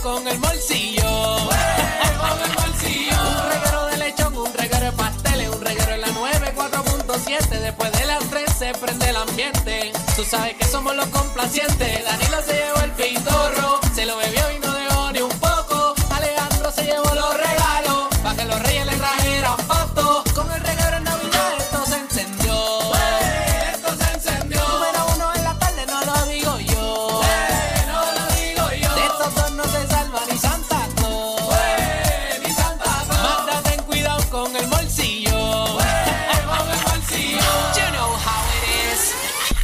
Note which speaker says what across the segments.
Speaker 1: con el morcillo. con el morcillo. Un reguero de lechón, un reguero de pasteles, un reguero en la 9, 4.7. Después de las 3 se prende el ambiente. Tú sabes que somos los complacientes. Danilo se llevó el pitorro, se lo bebió y no dejó ni un poco. Alejandro se llevó los regalos, para que los reyes le trajeran pasto. Con el reguero en Navidad esto se encendió. Pues, Esto se encendió. Número uno en la tarde no lo digo yo. no lo digo yo. De estos dos no se salva ni Santa Claus. ni Santa Claus. Manda ten cuidado con el bolsillo. con el bolsillo. You know how it is.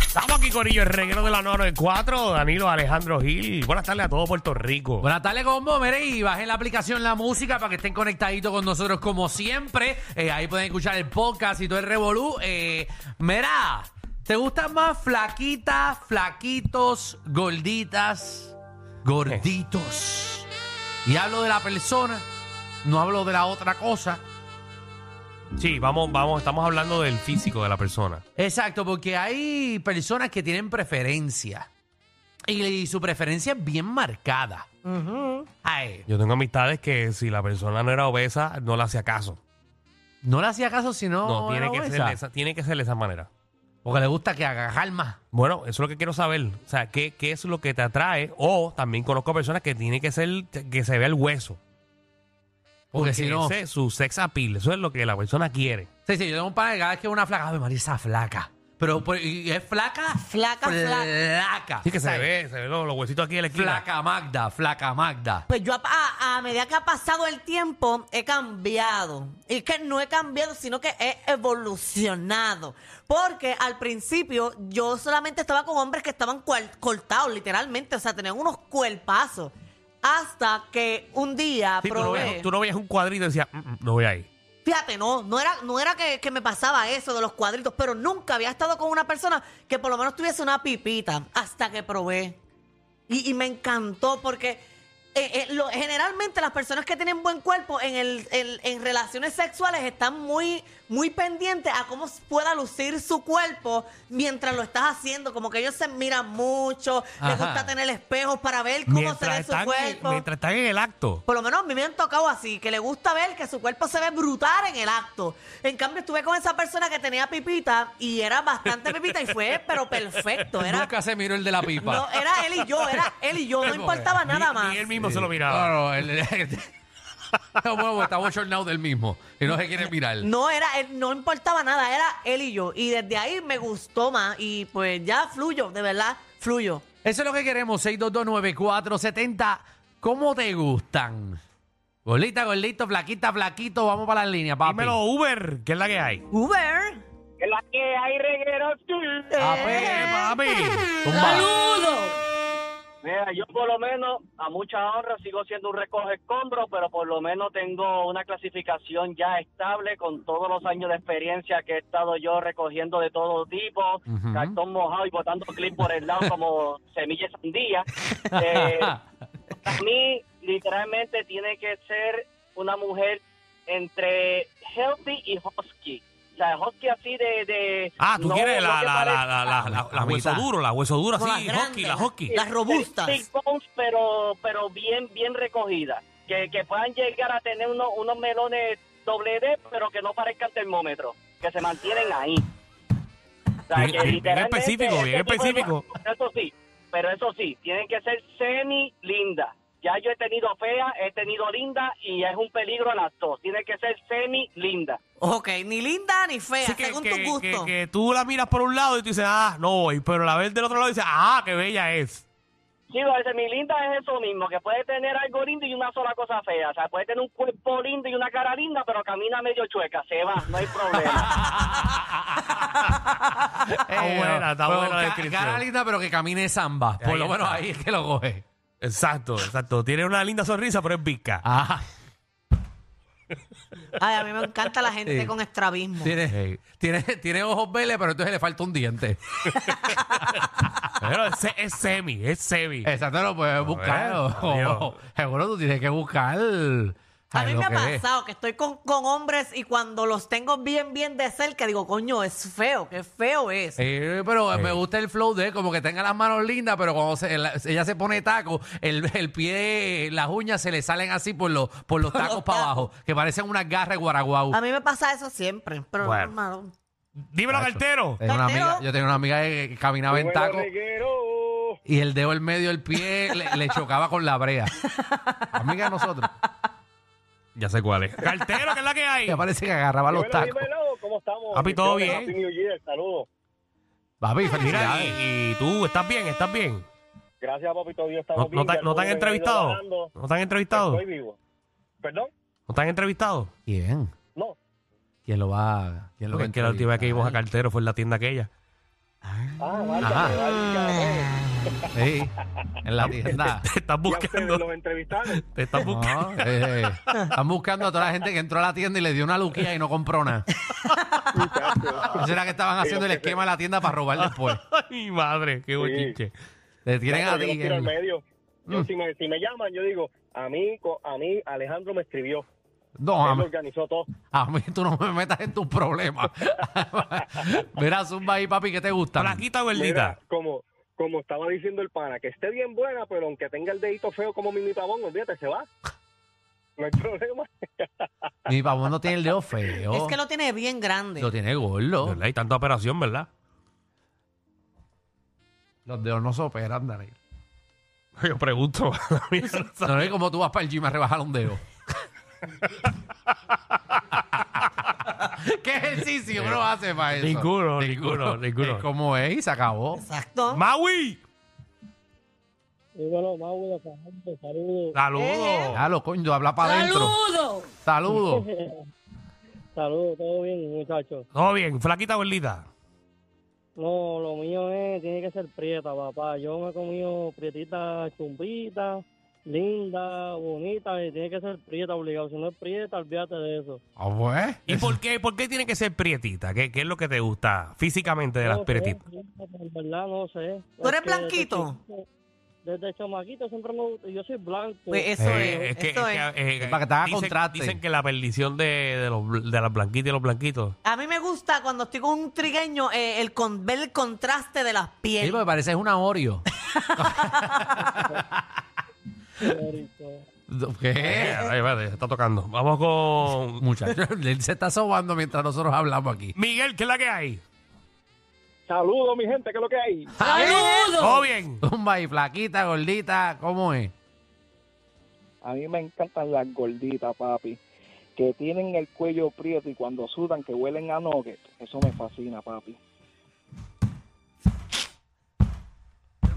Speaker 2: Estamos aquí, Corillo, el reguero de la 994, Danilo Alejandro Gil. Buenas tardes a todo Puerto Rico.
Speaker 3: Buenas tardes, Combo. Mire, y bajen la aplicación La Música para que estén conectaditos con nosotros como siempre. Eh, ahí pueden escuchar el podcast y todo el revolú. Eh, mira, ¿te gustan más flaquitas, flaquitos, gorditas, gorditos? Y hablo de la persona, no hablo de la otra cosa.
Speaker 2: Sí, vamos, vamos, estamos hablando del físico de la persona.
Speaker 3: Exacto, porque hay personas que tienen preferencia. Y, su preferencia es bien marcada. Ay,
Speaker 2: Yo tengo amistades que si la persona no era obesa, no le hacía caso.
Speaker 3: no le hacía caso si no.
Speaker 2: No, tiene,
Speaker 3: era
Speaker 2: que ser
Speaker 3: obesa.
Speaker 2: de esa, tiene que ser de esa manera.
Speaker 3: Porque le gusta que agarrar más.
Speaker 2: Bueno, eso es lo que quiero saber. O sea, ¿qué, qué es lo que te atrae? O también conozco personas que tiene que ser, que se vea el hueso.
Speaker 3: Porque si no.
Speaker 2: ese es su sex appeal, eso es lo que la persona quiere.
Speaker 3: Sí, sí, yo tengo un pana que cada vez que veo una flaca, ¡ay, María, esa flaca! Pero, pero, y es flaca,
Speaker 4: Flaca, flaca.
Speaker 3: flaca.
Speaker 2: Sí, que se
Speaker 3: ¿Sabes?
Speaker 2: ve, se ve los, los huesitos aquí en la esquina.
Speaker 3: Flaca Magda, flaca Magda.
Speaker 4: Pues yo a, a- a medida que ha pasado el tiempo he cambiado. Y que no he cambiado, sino que he evolucionado. Porque al principio yo solamente estaba con hombres que estaban cual- cortados, literalmente. O sea, tenían unos cuerpazos. Hasta que un día
Speaker 2: Sí, tú, no
Speaker 4: probé.
Speaker 2: veías, tú no veías un cuadrito y decías, "Mm, mm, no voy ahí.
Speaker 4: Fíjate, no, no era, no era que, que me pasaba eso de los cuadritos, pero nunca había estado con una persona que por lo menos tuviese una pipita hasta que probé. Y, y me encantó porque eh, eh, lo- generalmente las personas que tienen buen cuerpo en, el, el- en relaciones sexuales están muy, muy pendientes a cómo pueda lucir su cuerpo mientras lo estás haciendo. Como que ellos se miran mucho, les
Speaker 3: Ajá.
Speaker 4: gusta tener espejos para ver cómo se ve su
Speaker 2: están
Speaker 4: cuerpo.
Speaker 2: en, mientras están en el acto.
Speaker 4: Por lo menos a mí me han tocado así, que le gusta ver que su cuerpo se ve brutal en el acto. En cambio, estuve con esa persona que tenía pipita y era bastante pipita y fue, pero perfecto. Era,
Speaker 3: Nunca se miró el de la pipa.
Speaker 4: no, eh, era él y yo, era él y yo, no importaba nada
Speaker 2: Ni-
Speaker 4: más.
Speaker 2: Ni él mismo se lo
Speaker 3: No,
Speaker 2: miraba.
Speaker 3: no, el, el- No, huevo, está bochornado del mismo. Y no se quiere mirar.
Speaker 4: No era, él- no importaba nada, era él y yo. Y desde ahí me gustó más y pues ya fluyo, de verdad, fluyo.
Speaker 3: Eso es lo que queremos, 6229470. ¿Cómo te gustan? Golita, golito, flaquita, flaquito. Vamos para la línea, papi.
Speaker 2: Dímelo, Uber, ¿qué es la que hay?
Speaker 4: Uber.
Speaker 5: Que la que hay reguero sí.
Speaker 4: Eh.
Speaker 2: Ape, Eh, papi.
Speaker 3: Tumba.
Speaker 5: Mira, yo por lo menos, a mucha honra, sigo siendo un recoge escombro, pero por lo menos tengo una clasificación ya estable con todos los años de experiencia que he estado yo recogiendo de todo tipo,
Speaker 3: Ujú.
Speaker 5: cartón mojado y botando clip por el lado como semilla de sandía. Eh, a mí, literalmente, tiene que ser una mujer entre healthy y husky. O sea, husky así de... de
Speaker 2: Ah, tú
Speaker 5: no-
Speaker 2: quieres
Speaker 5: no
Speaker 2: la,
Speaker 5: que
Speaker 2: la, la,
Speaker 5: parezca-
Speaker 2: la, la, la, la hueso duro, la hueso duro,
Speaker 4: Como las
Speaker 2: así,
Speaker 4: grandes,
Speaker 2: hockey, la
Speaker 4: las-
Speaker 2: hockey.
Speaker 4: las robustas.
Speaker 5: Sí, bones, pero, pero bien, bien recogidas. Que, que puedan llegar a tener unos, unos melones doble D, pero que no parezcan termómetros. Que se mantienen ahí. O sea,
Speaker 2: Bien- bien- bien
Speaker 5: literalmente
Speaker 2: específico,
Speaker 5: ese
Speaker 2: bien
Speaker 5: tipo de
Speaker 2: específico.
Speaker 5: mujeres, Eso sí, pero eso sí, tienen que ser semi linda. Ya yo he tenido fea, he tenido linda y es un peligro en las dos. Tiene que ser semi linda.
Speaker 4: Ok, ni linda ni fea,
Speaker 2: Así que,
Speaker 4: según
Speaker 2: que-
Speaker 4: tu
Speaker 2: que-
Speaker 4: gusto.
Speaker 2: que tú la miras por un lado y tú dices, ah, no voy, pero la ves del otro lado y dices, ah, qué bella es.
Speaker 5: Sí, lo de semilinda es eso mismo, que puede tener algo lindo y una sola cosa fea. O sea, puede tener un cuerpo lindo y una cara linda, pero camina medio chueca, se va, no hay problema.
Speaker 2: Está buena, está
Speaker 3: Eh, pero
Speaker 2: buena la
Speaker 3: ca-
Speaker 2: descripción.
Speaker 3: Cara linda, pero que camine samba. Por
Speaker 2: Ahí
Speaker 3: lo menos
Speaker 2: está.
Speaker 3: ahí es que lo coge.
Speaker 2: Exacto, exacto. Tiene una linda sonrisa, pero es bizca.
Speaker 3: Ajá.
Speaker 4: Ay, a mí me encanta la gente
Speaker 3: Sí.
Speaker 4: con estrabismo.
Speaker 3: Tiene, tiene, tiene ojos verdes, pero entonces le falta un diente.
Speaker 2: Pero es, es semi, es semi.
Speaker 3: Exacto, lo puedes buscar.
Speaker 2: bueno,
Speaker 3: o- o-
Speaker 2: adiós.
Speaker 3: Seguro tú tienes que buscar
Speaker 4: A
Speaker 3: Ay,
Speaker 4: mí
Speaker 3: lo
Speaker 4: me ha
Speaker 3: que ve.
Speaker 4: pasado que estoy con, con hombres y cuando los tengo bien, bien de cerca, digo, coño, es feo, qué feo es.
Speaker 3: Eh, pero
Speaker 2: Sí.
Speaker 3: me gusta el flow de él, como que tenga las manos lindas, pero cuando se- la- ella se pone taco, el, el pie, las uñas se le salen así por los, por los tacos
Speaker 4: los
Speaker 3: para
Speaker 4: tacos.
Speaker 3: abajo, que parecen unas garras de guaraguau.
Speaker 4: A mí me pasa eso siempre, pero
Speaker 2: Bueno.
Speaker 4: hermano,
Speaker 2: Dímelo, cartero.
Speaker 3: Tengo una
Speaker 4: Cartero.
Speaker 3: amiga- yo tenía una amiga que caminaba en taco y el dedo en medio del pie le, le chocaba con la brea. Amiga de nosotros.
Speaker 2: Ya sé cuál es. Cartero, que es la que hay.
Speaker 3: Que parece que agarraba los tacos.
Speaker 5: ¿Cómo estamos?
Speaker 2: Papi, ¿todo bien?
Speaker 5: Happy New Year, saludos.
Speaker 3: Papi,
Speaker 2: Mira,
Speaker 3: felicidades.
Speaker 2: y, y tú, ¿estás bien? ¿Estás bien?
Speaker 5: Gracias, papito Dios, estamos
Speaker 2: ¿No, no
Speaker 5: bien.
Speaker 2: te,
Speaker 5: Ya el
Speaker 2: no te han
Speaker 5: mundo me ha ido
Speaker 2: entrevistado?
Speaker 5: bajando.
Speaker 2: ¿No te han entrevistado?
Speaker 5: Estoy vivo. ¿Perdón?
Speaker 2: ¿No te han entrevistado?
Speaker 3: ¿Quién?
Speaker 5: No.
Speaker 3: ¿Quién lo va? ¿Quién lo va
Speaker 2: Porque es que la última vez que vimos a
Speaker 3: entrevistar?
Speaker 2: Cartero fue en la tienda aquella.
Speaker 5: Ah,
Speaker 3: Ajá.
Speaker 5: válgame, válgame.
Speaker 3: Sí, en la tienda.
Speaker 2: Te estás
Speaker 5: Ya ustedes
Speaker 2: buscando.
Speaker 5: los entrevistaron.
Speaker 2: Te estás
Speaker 3: No,
Speaker 2: buscando.
Speaker 3: eh, están buscando a toda la gente que entró a la tienda y le dio una luquilla y no compró nada. Eso era que estaban haciendo el esquema de la tienda para robar después.
Speaker 2: Ay, mi madre, qué bochinche.
Speaker 3: Te tienen
Speaker 5: No,
Speaker 3: a
Speaker 5: pero yo
Speaker 3: ti.
Speaker 5: los tiro al
Speaker 3: eh.
Speaker 5: medio.
Speaker 2: Mm.
Speaker 5: Yo, si, me, si me llaman, yo digo, a mí, co- a mí Alejandro me escribió.
Speaker 2: Oh,
Speaker 3: No,
Speaker 5: Él
Speaker 3: a
Speaker 5: lo
Speaker 3: mí,
Speaker 5: organizó todo.
Speaker 3: a mí tú no me metas en tus problemas. Mira, Zumba ahí, papi, ¿qué te gusta?
Speaker 2: Plaquita
Speaker 5: Mira,
Speaker 2: gordita.
Speaker 5: como, como estaba diciendo el pana, que esté bien buena, pero aunque tenga el dedito feo como mi mitabón, olvídate, se va. No hay problema.
Speaker 3: Mi papá no tiene el dedo feo.
Speaker 4: es que lo tiene bien grande.
Speaker 3: Lo tiene gordo.
Speaker 2: ¿Verdad? Hay tanta operación, ¿verdad?
Speaker 3: Los dedos no se operan, Daniel.
Speaker 2: Yo pregunto. la mía no sabe.
Speaker 3: No es como tú vas para el gym a rebajar un dedo. ¿Qué ejercicio uno hace para eso?
Speaker 2: Ninguno, ninguno, ninguno.
Speaker 3: Es como es y se acabó.
Speaker 4: Exacto.
Speaker 2: ¡Maui!
Speaker 4: Eh.
Speaker 2: ¡Saludos!
Speaker 3: Claro, coño, habla para adentro.
Speaker 4: ¡Saludo!
Speaker 3: Saludos.
Speaker 6: Saludos, todo bien, muchachos.
Speaker 2: Todo bien, flaquita gordita.
Speaker 6: No, lo mío es, tiene que ser prieta, papá. Yo me he comido prietita chumbita, linda, bonita, y tiene que ser prieta obligado. Si no es prieta, olvídate de eso.
Speaker 3: Ah, pues.
Speaker 2: ¿Y por qué, por qué tiene que ser prietita? ¿Qué, qué es lo que te gusta físicamente de las
Speaker 6: No sé,
Speaker 2: prietitas?
Speaker 6: en verdad no sé. Es que
Speaker 4: ¿Tú eres
Speaker 6: desde
Speaker 4: blanquito?
Speaker 6: chiquito- Desde chamaquito siempre me gusta- yo soy blanco.
Speaker 4: Pues eso
Speaker 2: Eh,
Speaker 4: es, eso es.
Speaker 2: eh,
Speaker 3: Es para que te haga
Speaker 2: dicen,
Speaker 3: contraste.
Speaker 2: dicen que la perdición de, de los, bl- de las blanquitas y los blanquitos.
Speaker 4: A mí me gusta cuando estoy con un trigueño eh, el con, ver el contraste de las
Speaker 3: Sí,
Speaker 4: pieles.
Speaker 3: porque parece una Oreo.
Speaker 6: Señorito.
Speaker 2: Eh,
Speaker 3: ¿Qué?
Speaker 2: ay, vale, se está tocando. Vamos con
Speaker 3: Muchacho, él se está sobando mientras nosotros hablamos aquí.
Speaker 2: Miguel, ¿qué es la que hay?
Speaker 5: Saludos, mi gente, ¿qué es lo que hay?
Speaker 3: eh.
Speaker 2: Todo bien.
Speaker 3: Zumba y flaquita, gordita, ¿cómo es?
Speaker 7: A mí me encantan las gorditas, papi, que tienen el cuello prieto y cuando sudan que huelen a nugget. Eso me fascina, papi.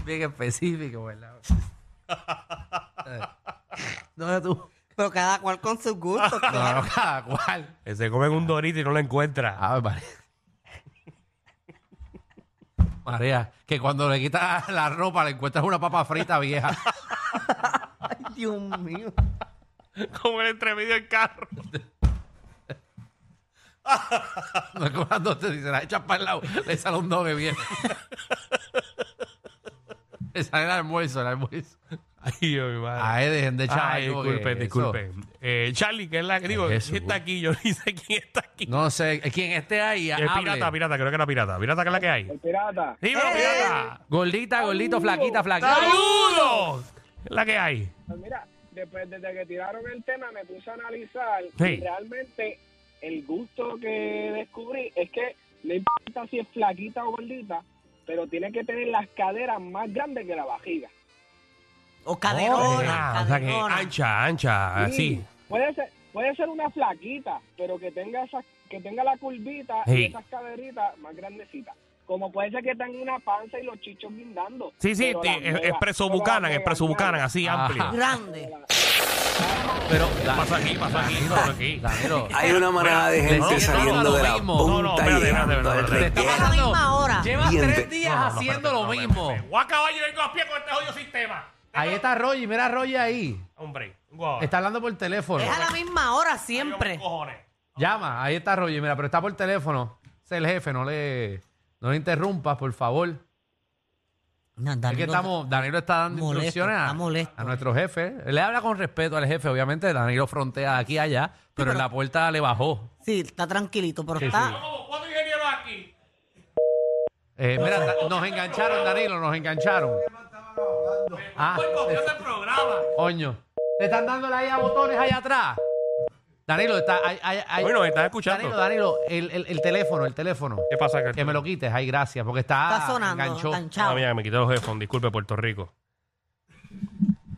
Speaker 3: Bien específico, ¿verdad? ¿Dónde tú?
Speaker 4: Pero cada cual con sus gustos.
Speaker 3: No, no, cada cual.
Speaker 2: Eh, Se comen un dorito y no lo encuentra.
Speaker 3: A ver, María. María, que cuando le quitas la ropa le encuentras una papa frita vieja.
Speaker 4: Ay, Dios mío.
Speaker 2: Como el entremedio del carro.
Speaker 3: No es cuando te dice, la echas para el lado, le sale un doble viejo. Le sale el almuerzo, el almuerzo.
Speaker 2: Ay, Dios mío.
Speaker 3: Ay, dejen de echar.
Speaker 2: Ay,
Speaker 3: algo que-
Speaker 2: disculpen,
Speaker 3: eso.
Speaker 2: disculpen. Eh, Charlie, ¿qué es la que digo?
Speaker 3: es eso,
Speaker 2: ¿Quién está
Speaker 3: bro?
Speaker 2: aquí? Yo ni sé quién está aquí.
Speaker 3: No sé, quien esté ahí,
Speaker 2: Eh,
Speaker 3: hable.
Speaker 2: pirata, pirata, creo que era pirata. Pirata, ¿qué es la que hay?
Speaker 7: El pirata.
Speaker 2: Dímelo, pirata.
Speaker 3: Gordita, gordito, flaquita, flaquita.
Speaker 2: ¡Saludos! ¿Qué es la que hay?
Speaker 7: Pues mira, después, desde que tiraron el tema me puse a analizar
Speaker 2: Sí.
Speaker 7: y realmente el gusto que descubrí es que no importa si es flaquita o gordita, pero tiene que tener las caderas más grandes que la vajiga.
Speaker 4: O
Speaker 3: Oh,
Speaker 4: caderona,
Speaker 2: Ah, o sea que
Speaker 4: caderona.
Speaker 2: ancha, ancha, así.
Speaker 7: Sí, Puede ser, puede ser una flaquita, pero que tenga esas, que tenga la curvita
Speaker 2: Sí.
Speaker 7: y esas caderitas más grandecitas. Como puede ser que tenga una panza y los chichos guindando.
Speaker 2: Sí, sí,
Speaker 7: pero
Speaker 2: te-
Speaker 7: las
Speaker 2: es,
Speaker 7: megas,
Speaker 2: preso
Speaker 7: pero las
Speaker 2: bucanan, es
Speaker 7: megas
Speaker 2: preso bucanan,
Speaker 7: grandes.
Speaker 2: así
Speaker 3: Ajá.
Speaker 2: amplio.
Speaker 4: Grande.
Speaker 3: Pero,
Speaker 2: Pasa aquí, pasa aquí, pasa aquí.
Speaker 3: Danilo,
Speaker 8: Hay una manada de
Speaker 3: no,
Speaker 8: gente
Speaker 3: no,
Speaker 8: saliendo
Speaker 3: no,
Speaker 8: de la
Speaker 3: mismo.
Speaker 2: No, no,
Speaker 8: punta
Speaker 2: espérate,
Speaker 8: y llegando
Speaker 2: espérate,
Speaker 8: al
Speaker 2: espérate,
Speaker 8: reguero.
Speaker 4: Estamos a la misma hora.
Speaker 3: llevas
Speaker 8: Bien
Speaker 3: tres
Speaker 8: de-
Speaker 3: días haciendo lo mismo.
Speaker 2: Voy a caballo y vengo a pie con este jodido sistema.
Speaker 3: Ahí está Roger, mira a Roger ahí.
Speaker 2: Hombre, guau.
Speaker 3: Está hablando por teléfono.
Speaker 4: Es a la misma hora siempre.
Speaker 2: Cojones.
Speaker 3: Llama, ahí está Roger, mira, pero está por teléfono. Es el jefe, no le, no le interrumpas, por favor.
Speaker 4: No,
Speaker 3: Es que
Speaker 4: Danilo-
Speaker 3: estamos, Danilo está dando
Speaker 4: Molesto,
Speaker 3: instrucciones a,
Speaker 4: está molesto.
Speaker 3: a nuestro jefe. Él Le habla con respeto al jefe, obviamente. Danilo frontea de aquí a allá, pero, en la puerta le bajó.
Speaker 4: Sí, está tranquilito, pero
Speaker 3: Sí,
Speaker 4: está.
Speaker 3: sí. Eh, mira,
Speaker 4: Oh.
Speaker 3: da- nos engancharon, Danilo, nos engancharon. Ah, Coño. ¿Te están dándole ahí a botones allá atrás? Danilo, está, hay, hay, hay-
Speaker 2: Bueno, me estás escuchando.
Speaker 3: Danilo, Danilo, el, el- el teléfono, el teléfono.
Speaker 2: ¿Qué pasa, Carlos?
Speaker 3: Que me lo quites, ay, gracias, porque está,
Speaker 4: Está sonando,
Speaker 3: enganchó.
Speaker 4: enganchado.
Speaker 2: Ah, mira, me quité los headphones. Disculpe, Puerto Rico.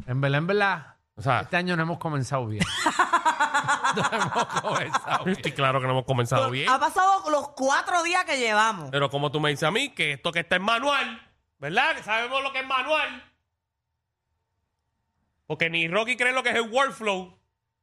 Speaker 3: En verdad, en verdad,
Speaker 2: O sea,
Speaker 3: este año no hemos comenzado bien. no hemos comenzado bien.
Speaker 2: estoy claro que no hemos comenzado
Speaker 4: Pero
Speaker 2: bien.
Speaker 3: ah,
Speaker 4: Ha pasado los cuatro días que llevamos.
Speaker 2: Pero como tú me dices a mí que esto que está en manual, ¿verdad? Que Sabemos lo que es manual. Porque ni Rocky cree lo que es el workflow,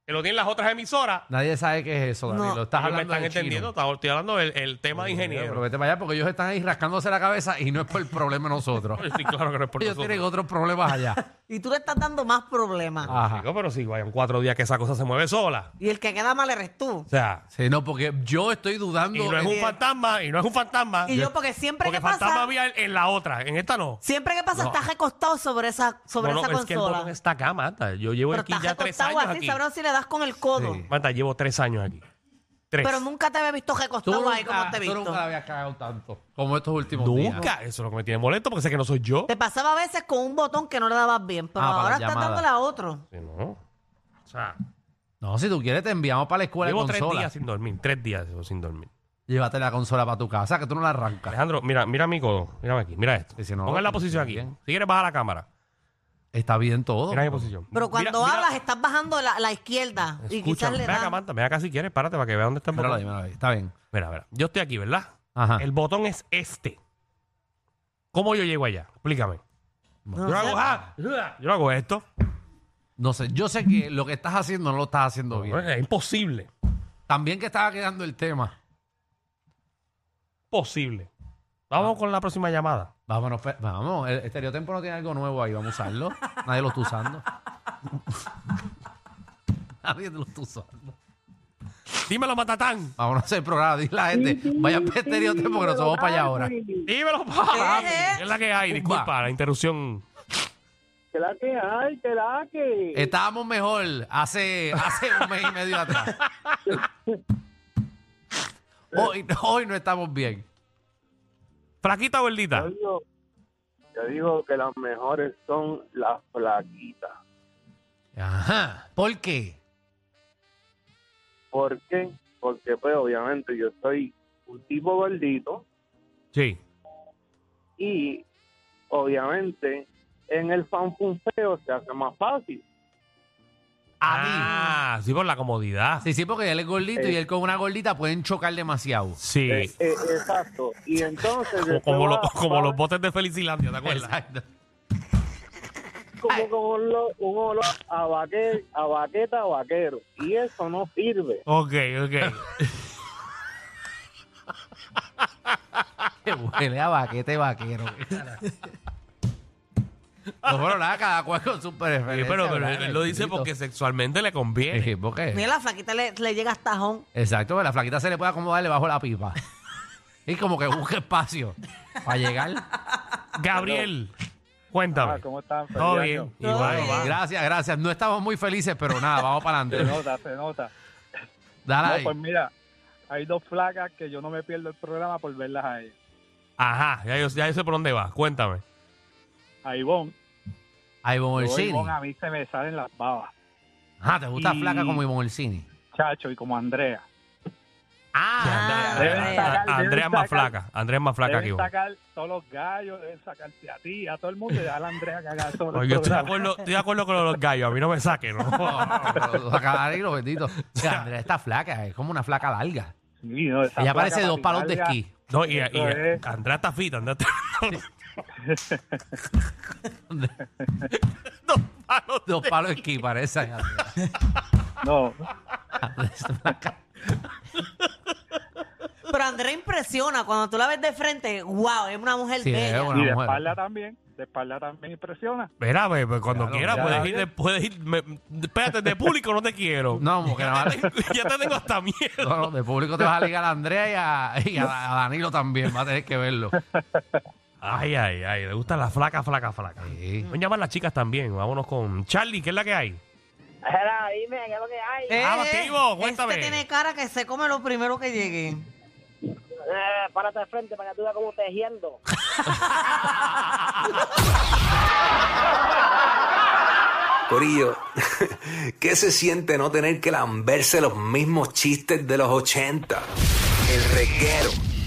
Speaker 2: que lo tienen las otras emisoras.
Speaker 3: Nadie sabe qué es eso, Danilo.
Speaker 4: No.
Speaker 3: Estás
Speaker 2: Ellos me
Speaker 3: hablando
Speaker 2: están
Speaker 3: de chino.
Speaker 2: entendiendo, estaba- estoy hablando del el tema de
Speaker 3: Pero
Speaker 2: ingeniero.
Speaker 3: vete para allá porque ellos están ahí rascándose la cabeza y no es por el problema de nosotros.
Speaker 2: Estoy claro que no es por
Speaker 3: ellos
Speaker 2: nosotros.
Speaker 3: tienen otros problemas allá.
Speaker 4: Y tú le estás dando más problemas.
Speaker 2: Ah.
Speaker 3: Ajá.
Speaker 2: Digo, pero si vayan cuatro días que esa cosa se mueve sola.
Speaker 4: Y el que queda mal eres tú.
Speaker 2: O sea,
Speaker 3: Sí, no, porque yo estoy
Speaker 2: y
Speaker 3: dudando.
Speaker 2: no es un fantasma, y no es un fantasma.
Speaker 4: Y yo, porque siempre
Speaker 2: Ah, Porque
Speaker 4: que pasa.
Speaker 2: fantasma había en- en la otra, en esta no.
Speaker 4: Siempre que pasa, estás recostado sobre esa, sobre
Speaker 2: Bueno,
Speaker 4: esa
Speaker 2: es que el botón
Speaker 4: consola.
Speaker 2: está acá, Manta. Yo llevo
Speaker 4: pero
Speaker 2: aquí
Speaker 4: estás
Speaker 2: ya tres
Speaker 4: recostado
Speaker 2: años
Speaker 4: así,
Speaker 2: aquí.
Speaker 4: sabrán si le das con el codo.
Speaker 3: Sí.
Speaker 2: Manta, llevo tres años aquí. Tres.
Speaker 4: Pero nunca te había visto
Speaker 3: Tú
Speaker 4: recostado ahí como
Speaker 3: nunca,
Speaker 4: te he
Speaker 3: tú nunca la
Speaker 4: visto.
Speaker 3: habías cagado tanto como estos últimos días.
Speaker 2: Nunca. Eso es lo que me tiene molesto porque sé que no soy yo.
Speaker 4: Te pasaba a veces con un botón que no le dabas bien, pero
Speaker 3: Ah, para
Speaker 4: ahora
Speaker 3: las
Speaker 4: estás
Speaker 3: llamadas.
Speaker 4: dándole a otro.
Speaker 2: Sí, no. O sea,
Speaker 3: No, si tú quieres te enviamos para la escuela de
Speaker 2: llevo tres
Speaker 3: consola.
Speaker 2: días sin dormir. Tres días llevo sin dormir.
Speaker 3: Llévate la consola para tu casa, que tú no la arrancas.
Speaker 2: Alejandro, mira, mira mi codo. Mírame aquí. Mira esto.
Speaker 3: Sí, sí, no,
Speaker 2: Pongan la
Speaker 3: no,
Speaker 2: posición
Speaker 3: no,
Speaker 2: aquí.
Speaker 3: bien.
Speaker 2: Si quieres, baja la cámara.
Speaker 3: Está bien todo.
Speaker 2: Mira mi posición.
Speaker 4: Oh, Pero cuando
Speaker 2: Mira, mira-
Speaker 4: hablas, estás bajando la, la izquierda. y quizás
Speaker 2: Escúchame.
Speaker 4: le
Speaker 2: Ven acá,
Speaker 4: das.
Speaker 2: Manta. Ven acá si quieres. Párate para que veas dónde está el
Speaker 3: Míralo
Speaker 2: botón.
Speaker 3: ahí, Ah. míralo ahí. Está bien.
Speaker 2: Mira, mira. Yo estoy aquí, ¿verdad?
Speaker 3: Ajá.
Speaker 2: El botón es este. ¿Cómo yo llego allá? Explícame.
Speaker 4: No
Speaker 2: yo, lo hago,
Speaker 4: sé.
Speaker 2: ah, yo lo hago esto.
Speaker 3: No sé, yo sé que lo que estás haciendo no lo estás haciendo bien.
Speaker 2: Es imposible.
Speaker 3: También que estaba quedando el tema.
Speaker 2: Posible. Vamos con la próxima llamada.
Speaker 3: Vámonos, fe- vamos. El estereotempo no tiene algo nuevo ahí. Vamos a usarlo. Nadie lo está usando. Nadie lo está usando.
Speaker 2: Dímelo, Matatán.
Speaker 3: Vámonos a hacer programa. Dile a la gente, vayan para estereotempo que nos vamos para allá ahora.
Speaker 2: Dímelo, papi.
Speaker 4: ¿Qué?
Speaker 2: Es la que hay. Disculpa la interrupción.
Speaker 6: Que la que hay, que la que.
Speaker 3: Estábamos mejor hace, hace un mes y medio atrás. Hoy, hoy no estamos bien.
Speaker 2: Fraquita o gordita.
Speaker 7: digo, yo digo que las mejores son las flaquitas.
Speaker 3: Ajá. ¿Por qué?
Speaker 7: ¿Por qué? Porque pues obviamente yo soy un tipo gordito
Speaker 2: Sí.
Speaker 7: y obviamente en el fanfunfeo se hace más fácil.
Speaker 3: A mí.
Speaker 2: Ah, sí, por la comodidad.
Speaker 3: Sí, sí, porque él es gordito
Speaker 2: Eh.
Speaker 3: y él con una gordita pueden chocar demasiado.
Speaker 2: Sí.
Speaker 7: Eh, eh, exacto. Y entonces...
Speaker 2: Como,
Speaker 7: después
Speaker 2: como
Speaker 7: va-
Speaker 2: los, como
Speaker 7: va-
Speaker 2: los botes de Felicilandia, ¿te acuerdas?
Speaker 3: Exacto.
Speaker 7: como con un olor, un olor a, vaque- a vaqueta a vaquero. Y eso no sirve.
Speaker 2: Ok, ok.
Speaker 3: Que huele a vaquete vaquero. no, bueno, nada, cada cual con su
Speaker 2: Sí,
Speaker 3: preferencia.
Speaker 2: pero, pero
Speaker 3: ¿verdad?
Speaker 2: él lo dice porque sexualmente le conviene.
Speaker 3: Sí, porque-
Speaker 4: Mira, la flaquita le, le llega hasta tajón.
Speaker 3: Exacto, que la flaquita se le puede acomodar debajo de la pipa. y como que busca espacio para llegar.
Speaker 2: Gabriel,
Speaker 8: Ah,
Speaker 2: cuéntame.
Speaker 7: ¿Cómo están?
Speaker 2: Todo bien.
Speaker 4: Todo
Speaker 2: Igual,
Speaker 4: bien.
Speaker 2: igual.
Speaker 3: Gracias, gracias. No estamos muy felices, pero nada, vamos para
Speaker 8: Se
Speaker 3: adelante.
Speaker 8: nota, se nota.
Speaker 3: Dale
Speaker 8: No,
Speaker 3: ahí.
Speaker 8: pues mira, hay dos flacas que yo no me pierdo el programa por verlas a ellas.
Speaker 2: Ajá, ya yo, ya yo sé por dónde vas. Cuéntame.
Speaker 8: A Ivonne.
Speaker 3: A Ivonne
Speaker 8: yo,
Speaker 3: Orsini.
Speaker 8: Ivonne, a mí se me salen las babas.
Speaker 3: Ah, ¿te gusta
Speaker 8: Y-
Speaker 3: flaca como Ivonne Orsini?
Speaker 8: Chacho, y como Andrea.
Speaker 4: Ah,
Speaker 2: Andrea-
Speaker 8: deben
Speaker 2: A-
Speaker 8: sacar, deben
Speaker 2: Andrea es más
Speaker 8: sacar.
Speaker 2: flaca. Andrea es más flaca que
Speaker 8: deben
Speaker 2: yo.
Speaker 8: sacar todos los gallos, deben sacarte a ti, a todo el mundo y dejar a Andrea que haga todo
Speaker 2: Oye,
Speaker 8: el
Speaker 2: yo estoy de,
Speaker 8: programa.
Speaker 2: acuerdo, estoy de acuerdo con los gallos. A mí no me saquen, ¿no?
Speaker 3: Carlos, bendito. Mira, Andrea está flaca, es como una flaca larga.
Speaker 8: Sí, no, esa
Speaker 3: Ella
Speaker 8: flaca
Speaker 3: parece dos
Speaker 8: para
Speaker 3: palos de
Speaker 8: picarla,
Speaker 3: esquí.
Speaker 2: No, y, y-
Speaker 8: Eso es.
Speaker 2: Andrea está fita, Andrea está... Dos palos.
Speaker 3: Dos palos de esquí parecen. Andrea.
Speaker 8: No,
Speaker 4: Pero Andrea impresiona. Cuando tú la ves de frente, wow, es una mujer
Speaker 3: Sí,
Speaker 4: bella.
Speaker 3: es una
Speaker 8: y de
Speaker 3: mujer.
Speaker 8: espalda también, de espalda también impresiona.
Speaker 2: Mira, pues, pues, cuando
Speaker 3: Claro,
Speaker 2: quieras
Speaker 3: ya,
Speaker 2: puedes
Speaker 8: ya.
Speaker 2: ir, de- puedes ir me- espérate, de público no te quiero.
Speaker 3: No, porque nada más-
Speaker 2: ya te tengo hasta miedo.
Speaker 3: No, no, de público te vas a ligar a Andrea y a, y a- a Danilo también, va a tener que verlo.
Speaker 2: Ay, ay, ay. Le gustan las flacas, flacas, flacas.
Speaker 3: Sí.
Speaker 2: Vamos a llamar a las chicas también. Vámonos con Charlie, ¿qué es la que hay?
Speaker 5: Era, dime, ¿qué es lo que hay?
Speaker 2: Vamos,
Speaker 3: Ah,
Speaker 2: activo, cuéntame.
Speaker 4: Este tiene cara que se come lo primero que llegue.
Speaker 5: Eh, párate de frente para que tú veas cómo tejiendo.
Speaker 9: Corillo, ¿qué se siente no tener que lamberse los mismos chistes de los 80? El reguero